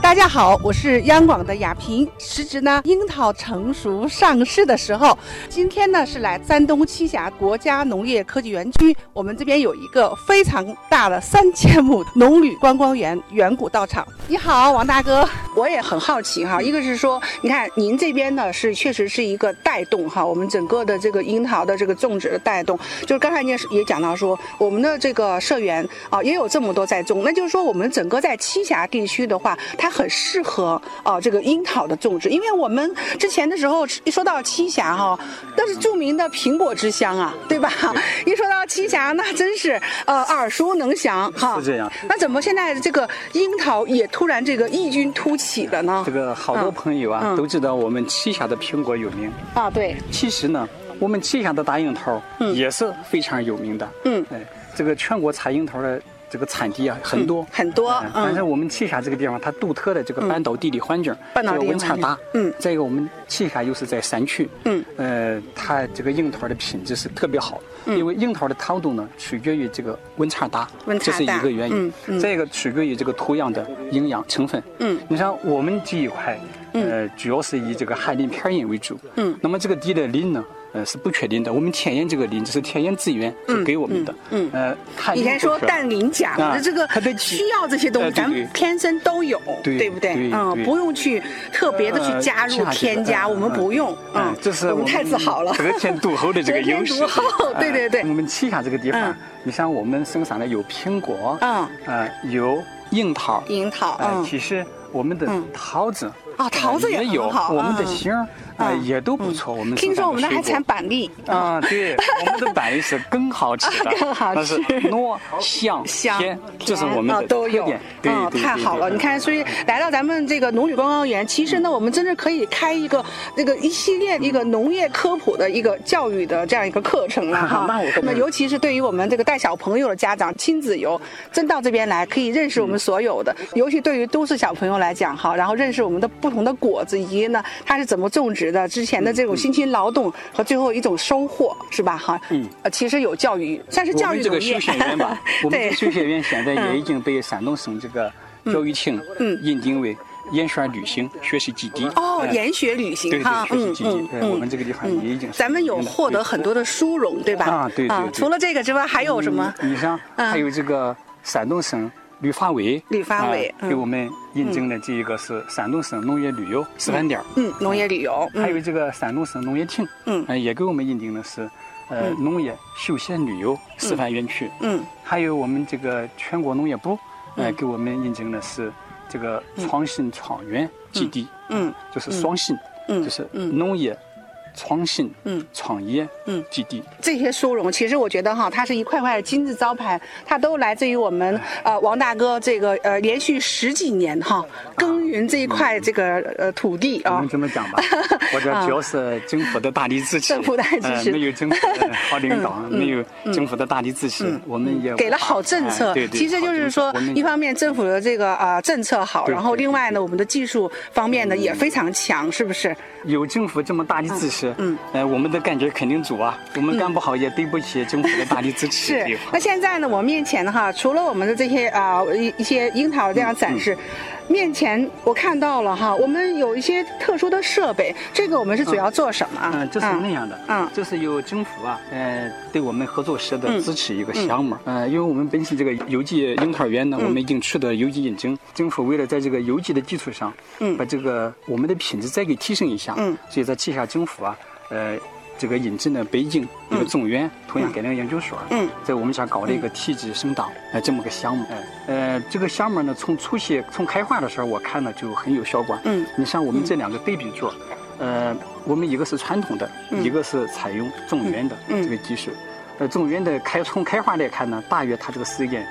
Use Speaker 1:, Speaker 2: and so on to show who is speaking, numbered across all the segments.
Speaker 1: 大家好，我是央广的雅萍。时值呢樱桃成熟上市的时候，今天呢是来山东栖霞国家农业科技园区，我们这边有一个非常大的三千亩农旅观光园远古道场。你好，王大哥，我也很好奇哈，一个是说，你看您这边呢是确实是一个带动哈，我们整个的这个樱桃的这个种植的带动，就是刚才你也是也讲到说，我们的这个社员啊也有这么多在种，那就是说我们整个在栖霞地区的话，它很适合啊这个樱桃的种植，因为我们之前的时候一说到栖霞哈、那是著名的苹果之乡啊，对吧？一说到栖霞，那真是呃耳熟能详哈。
Speaker 2: 是这样。
Speaker 1: 那怎么现在这个樱桃也突然这个异军突起了呢？
Speaker 2: 这个好多朋友啊，
Speaker 1: 嗯嗯
Speaker 2: 都知道我们栖霞的苹果有名。
Speaker 1: 啊，对，
Speaker 2: 其实呢，我们栖霞的大樱桃也是非常有名的。
Speaker 1: 嗯
Speaker 2: 哎，这个全国采樱桃的这个产地啊很多。
Speaker 1: 很多
Speaker 2: 哎，但是
Speaker 1: 嗯
Speaker 2: 我们栖霞这个地方，它独特的这个半岛地理环境，
Speaker 1: 半岛
Speaker 2: 这个
Speaker 1: 地理
Speaker 2: 温差
Speaker 1: 环境
Speaker 2: 大，
Speaker 1: 嗯
Speaker 2: 再一个我们栖霞又是在山区，
Speaker 1: 嗯，
Speaker 2: 呃，它这个樱桃的品质是特别好，因为樱桃的糖度呢取决于这个温差大，
Speaker 1: 嗯温差
Speaker 2: 这是
Speaker 1: 大
Speaker 2: 一个原因
Speaker 1: 嗯，嗯
Speaker 2: 再一个取决于这个土壤的营养成分，
Speaker 1: 嗯，
Speaker 2: 你像我们这一块，呃，主要是以这个旱林片林为主，
Speaker 1: 嗯，
Speaker 2: 那么这个地的林呢？呃，是不缺林的。我们天然这个林，这是天然资源是给我们的。
Speaker 1: 嗯
Speaker 2: 呃，旱
Speaker 1: 以
Speaker 2: 林
Speaker 1: 前
Speaker 2: 不
Speaker 1: 说
Speaker 2: 缺
Speaker 1: 氮磷钾，
Speaker 2: 啊
Speaker 1: 这个
Speaker 2: 它得取
Speaker 1: 需要这些东西，
Speaker 2: 呃对
Speaker 1: 咱们
Speaker 2: 对
Speaker 1: 天生都有，
Speaker 2: 对
Speaker 1: 不对？
Speaker 2: 对
Speaker 1: 嗯，
Speaker 2: 对
Speaker 1: 不用去特别的去加入
Speaker 2: 呃
Speaker 1: 添加，
Speaker 2: 嗯
Speaker 1: 我们不用。嗯
Speaker 2: 嗯，，这是
Speaker 1: 我们太嗯自豪了。
Speaker 2: 得天独厚的这个优势。
Speaker 1: 得天独厚对对对
Speaker 2: 哎我们栖霞这个地
Speaker 1: 嗯
Speaker 2: 方，你像我们生产的有苹果，
Speaker 1: 嗯，
Speaker 2: 呃，有樱桃，
Speaker 1: 樱桃，
Speaker 2: 呃，
Speaker 1: 嗯，
Speaker 2: 其实我们的
Speaker 1: 嗯
Speaker 2: 桃子
Speaker 1: 啊，桃子
Speaker 2: 呃也
Speaker 1: 也
Speaker 2: 有
Speaker 1: 很好，，
Speaker 2: 我们的
Speaker 1: 嗯
Speaker 2: 杏儿，呃，
Speaker 1: 嗯
Speaker 2: 也都不错。我们
Speaker 1: 听说我们那
Speaker 2: 那
Speaker 1: 还产板栗，
Speaker 2: 啊，对，我们的板栗是更好吃的，
Speaker 1: 更好吃
Speaker 2: 那是 糯香
Speaker 1: 香
Speaker 2: 甜，这是我们
Speaker 1: 啊
Speaker 2: 的
Speaker 1: 都
Speaker 2: 特
Speaker 1: 有
Speaker 2: 点。，对
Speaker 1: 嗯，
Speaker 2: 对
Speaker 1: 太
Speaker 2: 对
Speaker 1: 好了！
Speaker 2: 对
Speaker 1: 你看，所以来到咱们这个农旅观光园，其实呢，我们真的可以开一个这个一系列一个农业科普的一个教育的这样一个课程了哈。
Speaker 2: 那我可不
Speaker 1: 尤其是对于我们这个带小朋友的家长，亲子游真到这边来，可以认识我们所有
Speaker 2: 嗯
Speaker 1: 的，尤其对于都市小朋友来讲哈，然后认识我们的不同的果子，以及呢它是怎么种植的，之前的这种辛勤劳动和最后一种收获，是吧？哈，
Speaker 2: 嗯
Speaker 1: 呃，其实有教育，算是
Speaker 2: 我
Speaker 1: 教
Speaker 2: 们
Speaker 1: 育
Speaker 2: 这个
Speaker 1: 农业，
Speaker 2: 休闲园吧 我们这
Speaker 1: 对
Speaker 2: 个休闲园 现在
Speaker 1: 嗯
Speaker 2: 也已经被山东省这个教育厅
Speaker 1: 嗯
Speaker 2: 认定为盐泉旅行学习基地。
Speaker 1: 哦，
Speaker 2: 哎
Speaker 1: 研学旅行
Speaker 2: 对
Speaker 1: 哈
Speaker 2: 对，，学习基地，哎我们这个地方
Speaker 1: 嗯
Speaker 2: 也已经是
Speaker 1: 咱们有
Speaker 2: 认定的
Speaker 1: 获得
Speaker 2: 对
Speaker 1: 很多的殊荣，对吧？
Speaker 2: 啊对对对
Speaker 1: 除了这个之外，还有什么？
Speaker 2: 嗯你像
Speaker 1: 嗯
Speaker 2: 还有这个山东省旅发委，
Speaker 1: 旅发委
Speaker 2: 啊
Speaker 1: 嗯
Speaker 2: 给我们认证的这一个是山东省农业旅游示范点儿，
Speaker 1: 嗯，农业旅游，
Speaker 2: 还
Speaker 1: 嗯
Speaker 2: 有这个山东省农业厅，
Speaker 1: 嗯
Speaker 2: 呃，也给我们认定的是呃
Speaker 1: 嗯
Speaker 2: 农业休闲旅游示范园区，
Speaker 1: 嗯
Speaker 2: 还有我们这个全国农业部，呃，
Speaker 1: 嗯
Speaker 2: 给我们认证的是这个创新创园基地，
Speaker 1: 嗯嗯，
Speaker 2: 就是双新，
Speaker 1: 嗯
Speaker 2: 就是
Speaker 1: 嗯
Speaker 2: 农业创新
Speaker 1: 嗯
Speaker 2: 创业
Speaker 1: 嗯
Speaker 2: 基地。
Speaker 1: 这些殊荣，其实我觉得哈，它是一块块的金字招牌，它都来自于我们呃王大哥这个呃连续十几年哈耕耘这一
Speaker 2: 嗯
Speaker 1: 块这个呃土地
Speaker 2: 只
Speaker 1: 啊
Speaker 2: 能。这么讲吧， 我觉得主要是政府的大力支持，
Speaker 1: 政府的大力支持
Speaker 2: 呃没有政府的好领导，
Speaker 1: 嗯
Speaker 2: 没有政府的大力支持，我们也
Speaker 1: 给了
Speaker 2: 无法
Speaker 1: 好政策，
Speaker 2: 哎对对，
Speaker 1: 其实就是说
Speaker 2: 好政策我，们
Speaker 1: 一方面政府的这个啊、呃政策好，
Speaker 2: 对
Speaker 1: 然后
Speaker 2: 对
Speaker 1: 另外呢，
Speaker 2: 对嗯
Speaker 1: 我们的技术方面呢也非常强，是不是？
Speaker 2: 有政府这么大力支持，
Speaker 1: 嗯嗯嗯
Speaker 2: 呃，我们的感觉肯定足啊，我们干不好也对不起政府的大力支持这一
Speaker 1: 是
Speaker 2: 块，
Speaker 1: 那现在呢，我面前呢哈，除了我们的这些啊、一一些樱桃这
Speaker 2: 嗯
Speaker 1: 样展示，面前我看到了哈，我们有一些特殊的设备，这个我们是主要做什么啊？
Speaker 2: 嗯，就是那样的，
Speaker 1: 嗯
Speaker 2: 就是有政府啊，呃，对我们合作社的支持一个
Speaker 1: 嗯
Speaker 2: 项目，呃，因为我们本身这个有机樱桃园呢，我们已经取得有机认证，政府为了在这个有机的基础上，
Speaker 1: 嗯
Speaker 2: 把这个我们的品质再给提升一下，
Speaker 1: 嗯，
Speaker 2: 所以在旗下政府啊，呃。这个引进了北京一个中原土壤改良研究所，
Speaker 1: 嗯，
Speaker 2: 在我们家搞了一个体质升档，呃，这么个项目，呃，这个项目呢，从初期从开花的时候，我看了就很有效果，
Speaker 1: 嗯，
Speaker 2: 你像我们这两个对比座，呃，我们一个是传统的，一个是采用种源的
Speaker 1: 嗯
Speaker 2: 这个技术。呃，种源的开从开花来看呢，大约它这个时间，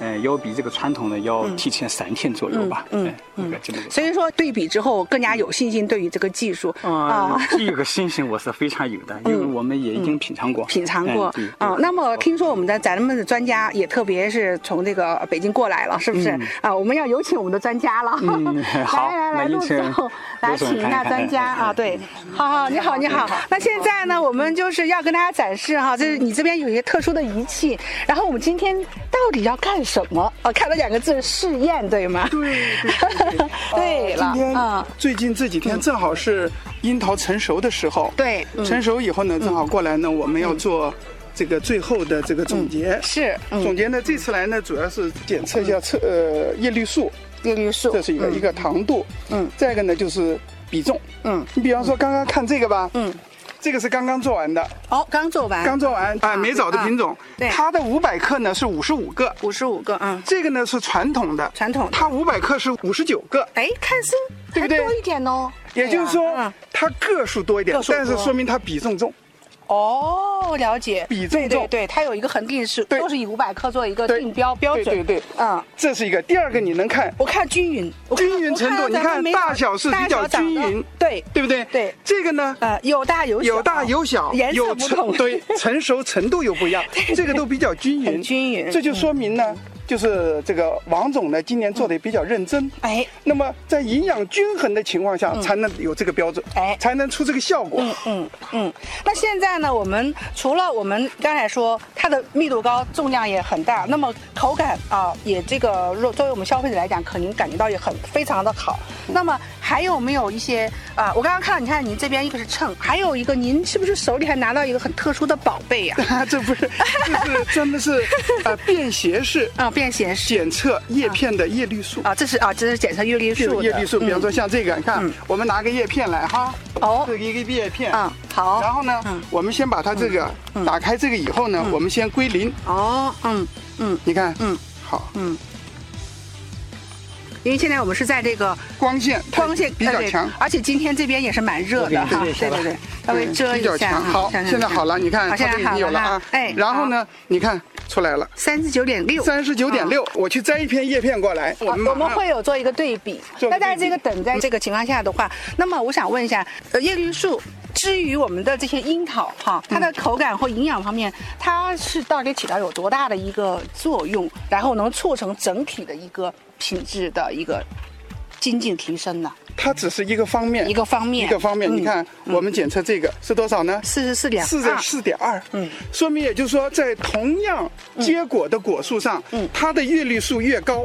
Speaker 2: 呃，要比这个传统的要提前三天左右吧。
Speaker 1: 嗯
Speaker 2: 哎应该这么个。
Speaker 1: 所以说对比之后，我更加有信心对于这个技术啊。嗯
Speaker 2: 啊，这个信心我是非常有的，因为我们也已经品尝过。
Speaker 1: 品尝过
Speaker 2: 哎对
Speaker 1: 啊、
Speaker 2: 对
Speaker 1: 那么听说我们的咱们的专家也特别是从这个北京过来了，是不是？啊，我们要有请我们的专家了。
Speaker 2: 嗯好
Speaker 1: 来来来，
Speaker 2: 那
Speaker 1: 陆
Speaker 2: 有请
Speaker 1: 总，来
Speaker 2: 陆总
Speaker 1: 请一下
Speaker 2: 看看
Speaker 1: 专家
Speaker 2: 哎
Speaker 1: 啊，对，好好，你好你好。那现在呢，我们就是要跟大家展示哈，就是你这边有一些特殊的仪器，然后我们今天到底要干什么？哦，看了两个字试验，对吗？
Speaker 3: 对对对
Speaker 1: 对了
Speaker 3: 今天、
Speaker 1: 嗯
Speaker 3: 最近这几天正好是樱桃成熟的时候，
Speaker 1: 对嗯
Speaker 3: 成熟以后呢，正好过来呢，我们要做这个最后的这个总结。
Speaker 1: 是，嗯，
Speaker 3: 总结呢，这次来呢，主要是检测一下测呃叶绿素，
Speaker 1: 叶绿素，
Speaker 3: 这是一个、
Speaker 1: 嗯
Speaker 3: 一个糖度，
Speaker 1: 嗯，
Speaker 3: 再一个呢就是比重，
Speaker 1: 嗯，
Speaker 3: 你比方说刚刚看这个吧，
Speaker 1: 嗯，
Speaker 3: 这个是刚刚做完的，
Speaker 1: 哦，刚做完，
Speaker 3: 刚做完啊，没找的品种，
Speaker 1: 对
Speaker 3: 它的五百克呢是五十五个，
Speaker 1: 五十五个，嗯，
Speaker 3: 这个呢是传统的，
Speaker 1: 传统的
Speaker 3: 它五百克是五十九个，
Speaker 1: 哎，看似
Speaker 3: 对
Speaker 1: 还
Speaker 3: 不对
Speaker 1: 多一点哦。
Speaker 3: 也就是说、
Speaker 1: 对啊
Speaker 3: 它个数多一点
Speaker 1: 个，数多
Speaker 3: 但是说明它比重重。
Speaker 1: 哦，了解，
Speaker 3: 比重
Speaker 1: 对
Speaker 3: 重
Speaker 1: 对对，它有一个恒定是，
Speaker 3: 对
Speaker 1: 都是以五百克做一个
Speaker 3: 对
Speaker 1: 定标标准，
Speaker 3: 对对对
Speaker 1: 嗯，
Speaker 3: 这是一个，第二个你能看
Speaker 1: 我看均匀，我看
Speaker 3: 均匀程度
Speaker 1: 我
Speaker 3: 你看
Speaker 1: 咱们没
Speaker 3: 大小是比
Speaker 1: 大
Speaker 3: 较
Speaker 1: 小长得
Speaker 3: 均匀
Speaker 1: 对，
Speaker 3: 对不对？
Speaker 1: 对
Speaker 3: 这个呢，
Speaker 1: 呃，有大有小，
Speaker 3: 有大有小，
Speaker 1: 颜色
Speaker 3: 有
Speaker 1: 不
Speaker 3: 成
Speaker 1: 同，
Speaker 3: 对成熟程度又不 一样，这个都比较均
Speaker 1: 很
Speaker 3: 匀，
Speaker 1: 均匀嗯
Speaker 3: 这就说明呢，就是这个王总呢今年做的比较认真。
Speaker 1: 哎，嗯
Speaker 3: 那么在营养均衡的情况下，才能有这个标准，
Speaker 1: 哎
Speaker 3: 才能出这个效果。
Speaker 1: 嗯嗯嗯，那现在呢？我们除了我们刚才说它的密度高，重量也很大，那么口感啊、也这个若作为我们消费者来讲，肯定感觉到也很非常的好。
Speaker 3: 嗯
Speaker 1: 那么还有没有一些啊、我刚刚看到，你看您这边一个是秤，还有一个您是不是手里还拿到一个很特殊的宝贝呀、
Speaker 3: 这不是，这是真的是呃便携式
Speaker 1: 啊？便携式
Speaker 3: 检测叶片的叶绿素。
Speaker 1: 啊，这是啊，这是检测叶绿
Speaker 3: 这
Speaker 1: 素
Speaker 3: 个
Speaker 1: 的
Speaker 3: 叶绿素，比
Speaker 1: 嗯
Speaker 3: 方说像这个，你看
Speaker 1: 嗯，
Speaker 3: 我们拿个叶片来哈，
Speaker 1: 哦
Speaker 3: 这个一个叶片，
Speaker 1: 嗯好
Speaker 3: 然后呢
Speaker 1: 嗯，
Speaker 3: 我们先把它这个打开，这个以后呢，我们先归零，
Speaker 1: 哦，嗯嗯
Speaker 3: 你看，
Speaker 1: 嗯，
Speaker 3: 好，
Speaker 1: 嗯，因为现在我们是在这个。
Speaker 3: 光线它
Speaker 1: 光线
Speaker 3: 比
Speaker 1: 呃
Speaker 3: 较
Speaker 1: 对
Speaker 3: 强，
Speaker 1: 而且今天这边也是蛮热的哈，
Speaker 3: 我给
Speaker 1: 对
Speaker 3: 你遮
Speaker 1: 对对，稍微遮
Speaker 3: 一下吧嗯比较
Speaker 1: 一下
Speaker 3: 强。
Speaker 1: 啊。
Speaker 3: 好，
Speaker 1: 像这
Speaker 3: 现在
Speaker 1: 样
Speaker 3: 好了，你看
Speaker 1: 好，现
Speaker 3: 它
Speaker 1: 在
Speaker 3: 这已经
Speaker 1: 好
Speaker 3: 有了
Speaker 1: 哈
Speaker 3: 啊，
Speaker 1: 哎，
Speaker 3: 然后呢，你看出来了，
Speaker 1: 三十九点六，
Speaker 3: 三十九点六，我去摘一片叶片过来，
Speaker 1: 啊我
Speaker 3: 我
Speaker 1: 们
Speaker 3: 们
Speaker 1: 会有做一个对比。
Speaker 3: 做个
Speaker 1: 那在
Speaker 3: 对比
Speaker 1: 这个等在这个情况下的话，那么我想问一下，呃，叶绿素。至于我们的这些樱桃哈，
Speaker 3: 嗯
Speaker 1: 它的口感或营养方面，它是到底起到有多大的一个作用，然后能促成整体的一个品质的一个精进提升呢？
Speaker 3: 它只是一个方面，
Speaker 1: 一个方面，
Speaker 3: 哎一个方面，你
Speaker 1: 嗯
Speaker 3: 看我们检测这个是多少呢？
Speaker 1: 四十四点
Speaker 3: 四
Speaker 1: 二
Speaker 3: 的四点二，
Speaker 1: 嗯，
Speaker 3: 说明也就是说，在同样结果的果树上，
Speaker 1: 嗯
Speaker 3: 它的叶绿素越高，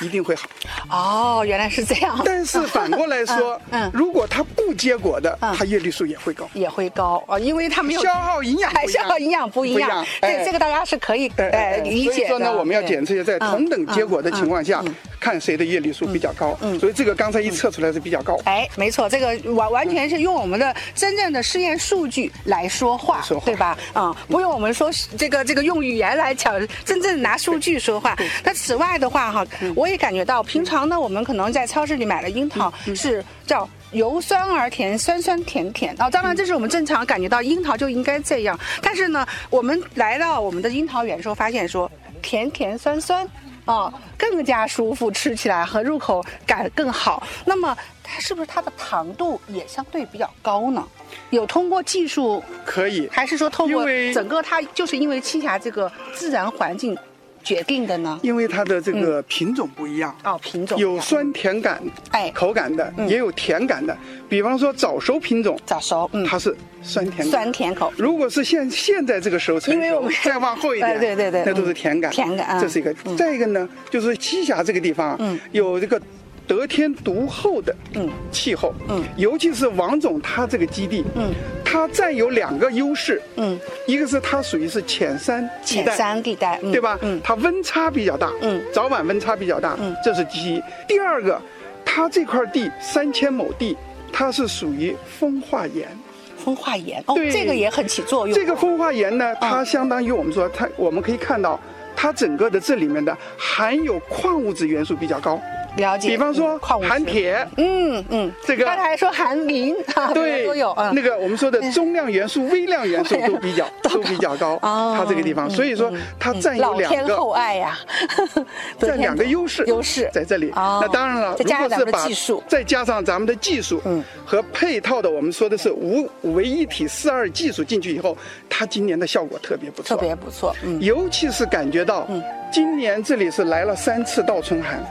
Speaker 3: 一定会好。
Speaker 1: 哦，原来是这样，，
Speaker 3: 但是反过来说
Speaker 1: 嗯嗯
Speaker 3: 如果它不结果的，
Speaker 1: 嗯
Speaker 3: 它叶绿素也会高。
Speaker 1: 也会高啊，因为它没有
Speaker 3: 消耗营养不一
Speaker 1: 哎
Speaker 3: 样
Speaker 1: 消耗营养不一
Speaker 3: 不一
Speaker 1: 样
Speaker 3: 样，
Speaker 1: 对
Speaker 3: 哎
Speaker 1: 这个大家是可以呃理
Speaker 3: 所以
Speaker 1: 解
Speaker 3: 说
Speaker 1: 的。
Speaker 3: 呢，我们要
Speaker 1: 对
Speaker 3: 检测一下，在同等结果的情况下
Speaker 1: 嗯嗯嗯嗯，
Speaker 3: 看谁的叶绿素比较高
Speaker 1: 嗯嗯。
Speaker 3: 所以这个刚才一测出来是比较高。
Speaker 1: 哎，没错，这个完完全是用我们的真正的试验数据来说话，
Speaker 3: 说话嗯
Speaker 1: 对吧？啊、不用我们说这个这个用语言来讲，真正拿数据说话。那此外的话哈，
Speaker 3: 嗯
Speaker 1: 我也感觉到，平常呢，我们可能在超市里买的樱桃
Speaker 3: 嗯
Speaker 1: 是叫。由酸而甜，酸酸甜甜啊、
Speaker 3: 嗯
Speaker 1: 当然，这是我们正常感觉到樱桃就应该这样。但是呢，我们来到我们的樱桃园的时候，发现说甜甜酸酸，哦，更加舒服，吃起来和入口感更好。那么它是不是它的糖度也相对比较高呢？有通过技术，
Speaker 3: 可以，
Speaker 1: 还是说通过
Speaker 3: 因为
Speaker 1: 整个它就是因为栖霞这个自然环境决定的呢？
Speaker 3: 因为它的这个品种不一样。
Speaker 1: 哦，品嗯种
Speaker 3: 有酸甜感，
Speaker 1: 哎
Speaker 3: 口感的，也有甜感的。比方说早熟品种，
Speaker 1: 早熟，嗯，
Speaker 3: 它是酸甜感。
Speaker 1: 酸甜口，
Speaker 3: 如果是现现在这个时候成
Speaker 1: 因
Speaker 3: 熟，
Speaker 1: 为我们
Speaker 3: 再往后一 点，
Speaker 1: 哎对对对
Speaker 3: 那都是甜感，
Speaker 1: 嗯甜感啊
Speaker 3: 这是一个。再一个呢，就是栖霞这个地方，啊
Speaker 1: 嗯，
Speaker 3: 有这个得天独厚的
Speaker 1: 嗯
Speaker 3: 气候，
Speaker 1: 嗯
Speaker 3: 尤其是王总他这个基地，
Speaker 1: 嗯，
Speaker 3: 它占有两个优势，
Speaker 1: 嗯，
Speaker 3: 一个是它属于是浅山地
Speaker 1: 浅
Speaker 3: 带，
Speaker 1: 山地带，嗯
Speaker 3: 对吧？
Speaker 1: 嗯，
Speaker 3: 它温差比较大，
Speaker 1: 嗯
Speaker 3: 早晚温差比较大，
Speaker 1: 嗯
Speaker 3: 这是第一。第二个，它这块地三千亩地，它是属于风化岩。
Speaker 1: 风化岩，哦，
Speaker 3: 对
Speaker 1: 这个也很起作用。
Speaker 3: 这个风化岩呢，
Speaker 1: 啊
Speaker 3: 它相当于我们说它，我们可以看到它整个的这里面的含有矿物质元素比较高，
Speaker 1: 了解，
Speaker 3: 比方说
Speaker 1: 嗯矿物
Speaker 3: 含
Speaker 1: 质，
Speaker 3: 铁，
Speaker 1: 嗯嗯，
Speaker 3: 这个
Speaker 1: 刚才还说含磷， 哈
Speaker 3: 对，
Speaker 1: 都有，嗯，
Speaker 3: 那个我们说的中量元素、微 量元素都比较
Speaker 1: 都
Speaker 3: 都比较高，
Speaker 1: 哦嗯
Speaker 3: 它这个地方，所以说它占有
Speaker 1: 老
Speaker 3: 两
Speaker 1: 天
Speaker 3: 个
Speaker 1: 厚爱 呀、得
Speaker 3: 这
Speaker 1: 天
Speaker 3: 两个
Speaker 1: 独
Speaker 3: 优势
Speaker 1: 优势
Speaker 3: 在这里。
Speaker 1: 哦
Speaker 3: 那当然了，
Speaker 1: 再加上
Speaker 3: 如果
Speaker 1: 咱们
Speaker 3: 是
Speaker 1: 的
Speaker 3: 把
Speaker 1: 技术
Speaker 3: 再加上咱们的技术，
Speaker 1: 嗯，
Speaker 3: 和配套的我们说的是五五为一体四二技术进去以后，它今年的效果特别不
Speaker 1: 特
Speaker 3: 错，
Speaker 1: 别不错，嗯，
Speaker 3: 尤其是感觉到，今年这里是来了三次倒春寒。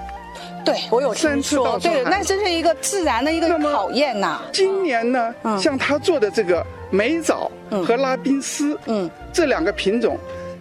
Speaker 1: 对我有听
Speaker 3: 三次
Speaker 1: 说，
Speaker 3: 到上
Speaker 1: 对，
Speaker 3: 海
Speaker 1: 那真是一个自然的一个
Speaker 3: 那么
Speaker 1: 考验呐、
Speaker 3: 今年呢，
Speaker 1: 嗯
Speaker 3: 像他做的这个美藻和拉宾斯，
Speaker 1: 嗯，
Speaker 3: 这两个品种，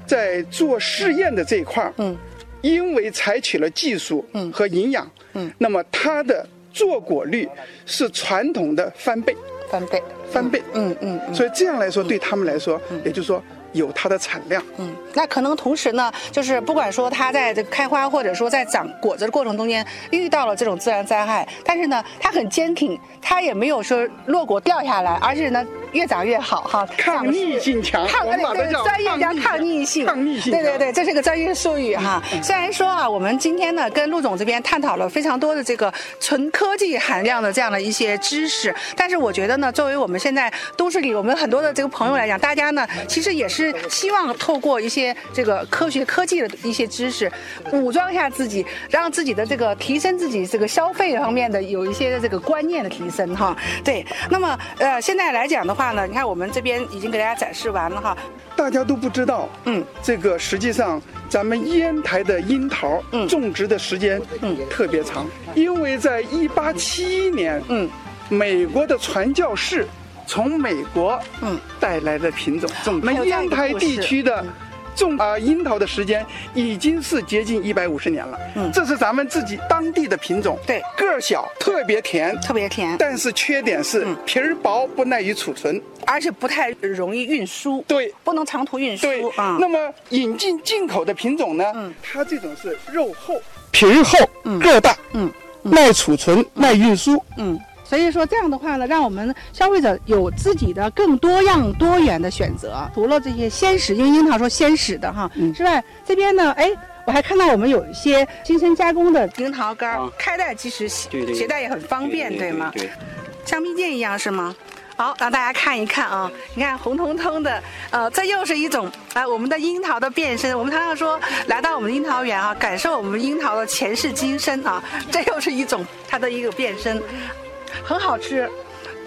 Speaker 3: 在做试验的这一块儿，
Speaker 1: 嗯，
Speaker 3: 因为采取了技术和营养，
Speaker 1: 嗯
Speaker 3: 那么它的坐果率是传统的翻倍，
Speaker 1: 翻倍，
Speaker 3: 翻倍。
Speaker 1: 嗯嗯嗯。
Speaker 3: 所以这样来说，对他们来说，也就是说有它的产量。
Speaker 1: 嗯，那可能同时呢，就是不管说它在这开花或者说在长果子的过程中间遇到了这种自然灾害，但是呢，它很坚挺，它也没有说落果掉下来，而且呢越长越好哈。
Speaker 3: 抗
Speaker 1: 长势
Speaker 3: 逆性强，
Speaker 1: 抗
Speaker 3: 我们把它
Speaker 1: 对
Speaker 3: 叫
Speaker 1: 专业叫
Speaker 3: 抗
Speaker 1: 抗
Speaker 3: 逆
Speaker 1: 逆性，
Speaker 3: 抗逆性
Speaker 1: 对对
Speaker 3: 强
Speaker 1: 对，这是个专业术语哈。虽然说啊，我们今天呢跟陆总这边探讨了非常多的这个纯科技含量的这样的一些知识，但是我觉得呢，作为我们现在都市里我们很多的这个朋友来讲，大家呢其实也是希望透过一些这个科学科技的一些知识，武装一下自己，让自己的这个提升自己这个消费方面的有一些的这个观念的提升哈。对，那么呃现在来讲的话呢，你看我们这边已经给大家展示完了哈，
Speaker 3: 大家都不知道，
Speaker 1: 嗯，
Speaker 3: 这个实际上咱们烟台的樱桃
Speaker 1: 嗯
Speaker 3: 种植的时间
Speaker 1: 嗯
Speaker 3: 特别长，因为在一八七一年，
Speaker 1: 嗯，
Speaker 3: 美国的传教士从美国
Speaker 1: 嗯
Speaker 3: 带来的品种，我
Speaker 1: 还有
Speaker 3: 们
Speaker 1: 这样一
Speaker 3: 烟
Speaker 1: 个
Speaker 3: 台
Speaker 1: 故
Speaker 3: 地
Speaker 1: 事嗯
Speaker 3: 区的。种啊、樱桃的时间已经是接近一百五十年了，
Speaker 1: 嗯
Speaker 3: 这是咱们自己当地的品种，
Speaker 1: 对
Speaker 3: 个儿小，特别甜，
Speaker 1: 特别甜，
Speaker 3: 但是缺点是
Speaker 1: 嗯
Speaker 3: 皮儿薄，不耐于储存。
Speaker 1: 而且不太容易运输，
Speaker 3: 对，
Speaker 1: 不能长途运输
Speaker 3: 对，
Speaker 1: 啊。
Speaker 3: 那么引进进口的品种呢？
Speaker 1: 嗯
Speaker 3: 它这种是肉厚、皮儿厚、个大，
Speaker 1: 嗯，
Speaker 3: 耐储存、耐运输。
Speaker 1: 嗯，所以说这样的话呢，让我们消费者有自己的更多样多元的选择。除了这些鲜食，因为樱桃说鲜食的哈、
Speaker 3: 嗯
Speaker 1: 之外，这边呢，哎，我还看到我们有一些精深加工的樱桃干儿
Speaker 2: 啊，
Speaker 1: 开袋即食，
Speaker 2: 对对
Speaker 1: 携带也很方便，对吗？
Speaker 2: 对，
Speaker 1: 像蜜饯一样是吗？好，让大家看一看啊！你看红彤彤的，呃，这又是一种啊、我们的樱桃的变身。我们常常说，来到我们的樱桃园啊，感受我们樱桃的前世今生啊，这又是一种它的一个变身，很好吃。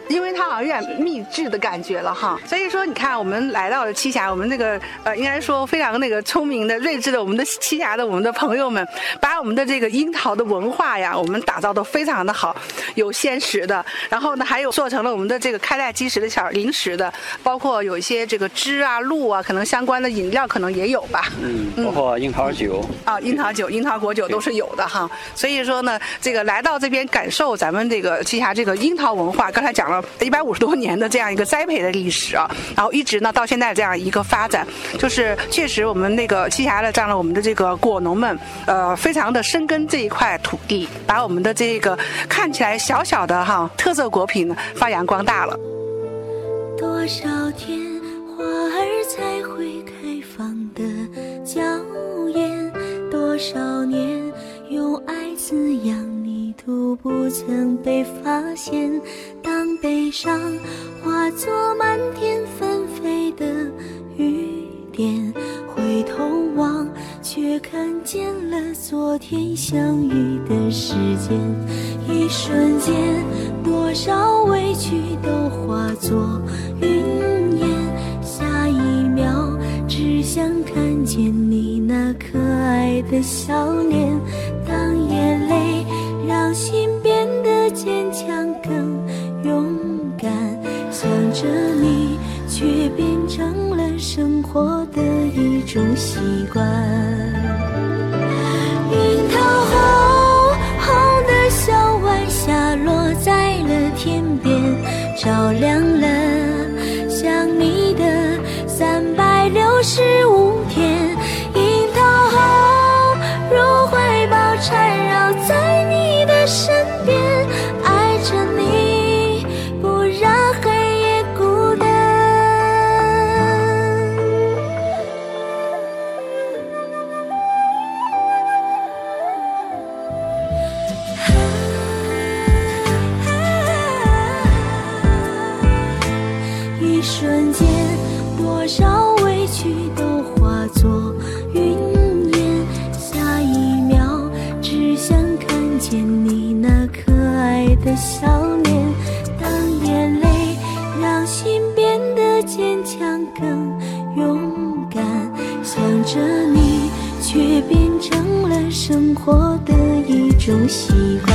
Speaker 1: 因为它好像有点秘制的感觉了哈，所以说你看，我们来到了栖霞，我们那个呃，应该说非常那个聪明的、睿智的，我们的栖霞的我们的朋友们，把我们的这个樱桃的文化呀，我们打造的非常的好，有鲜食的，然后呢还有做成了我们的这个开袋即食的小零食的，包括有一些这个汁啊、露啊，可能相关的饮料可能也有吧。
Speaker 2: 嗯，包括樱桃酒，
Speaker 1: 啊，樱桃酒、樱桃果酒都是有的哈。所以说呢，这个来到这边感受咱们这个栖霞这个樱桃文化，刚才讲了一百五十多年的这样一个栽培的历史啊，然后一直呢到现在这样一个发展，就是确实我们那个栖霞的这样的我们的这个果农们，呃，非常的深耕这一块土地，把我们的这个看起来小小的哈特色果品呢发扬光大了。
Speaker 4: 多少天花儿才会开放的娇艳？多少年用爱滋养你，都不曾被发现。当悲伤化作满天纷飞的雨点，回头望，却看见了昨天相遇的时间。一瞬间，多少委屈都化作云烟，下一秒，只想看见你那可爱的笑脸。当眼泪让心变得坚强更勇敢，想着你，却变成了生活的一种习惯。樱桃红红的小晚霞落在了天边，照亮了想你的三百六十五天。樱桃红如怀抱缠绕在你的身边，爱着你，不让黑夜孤单。一瞬间，多少委屈都化作云烟，下一秒，只想看见你那可爱的笑脸。当眼泪让心变得坚强更勇敢，想着你，却变成了生活的一种习惯。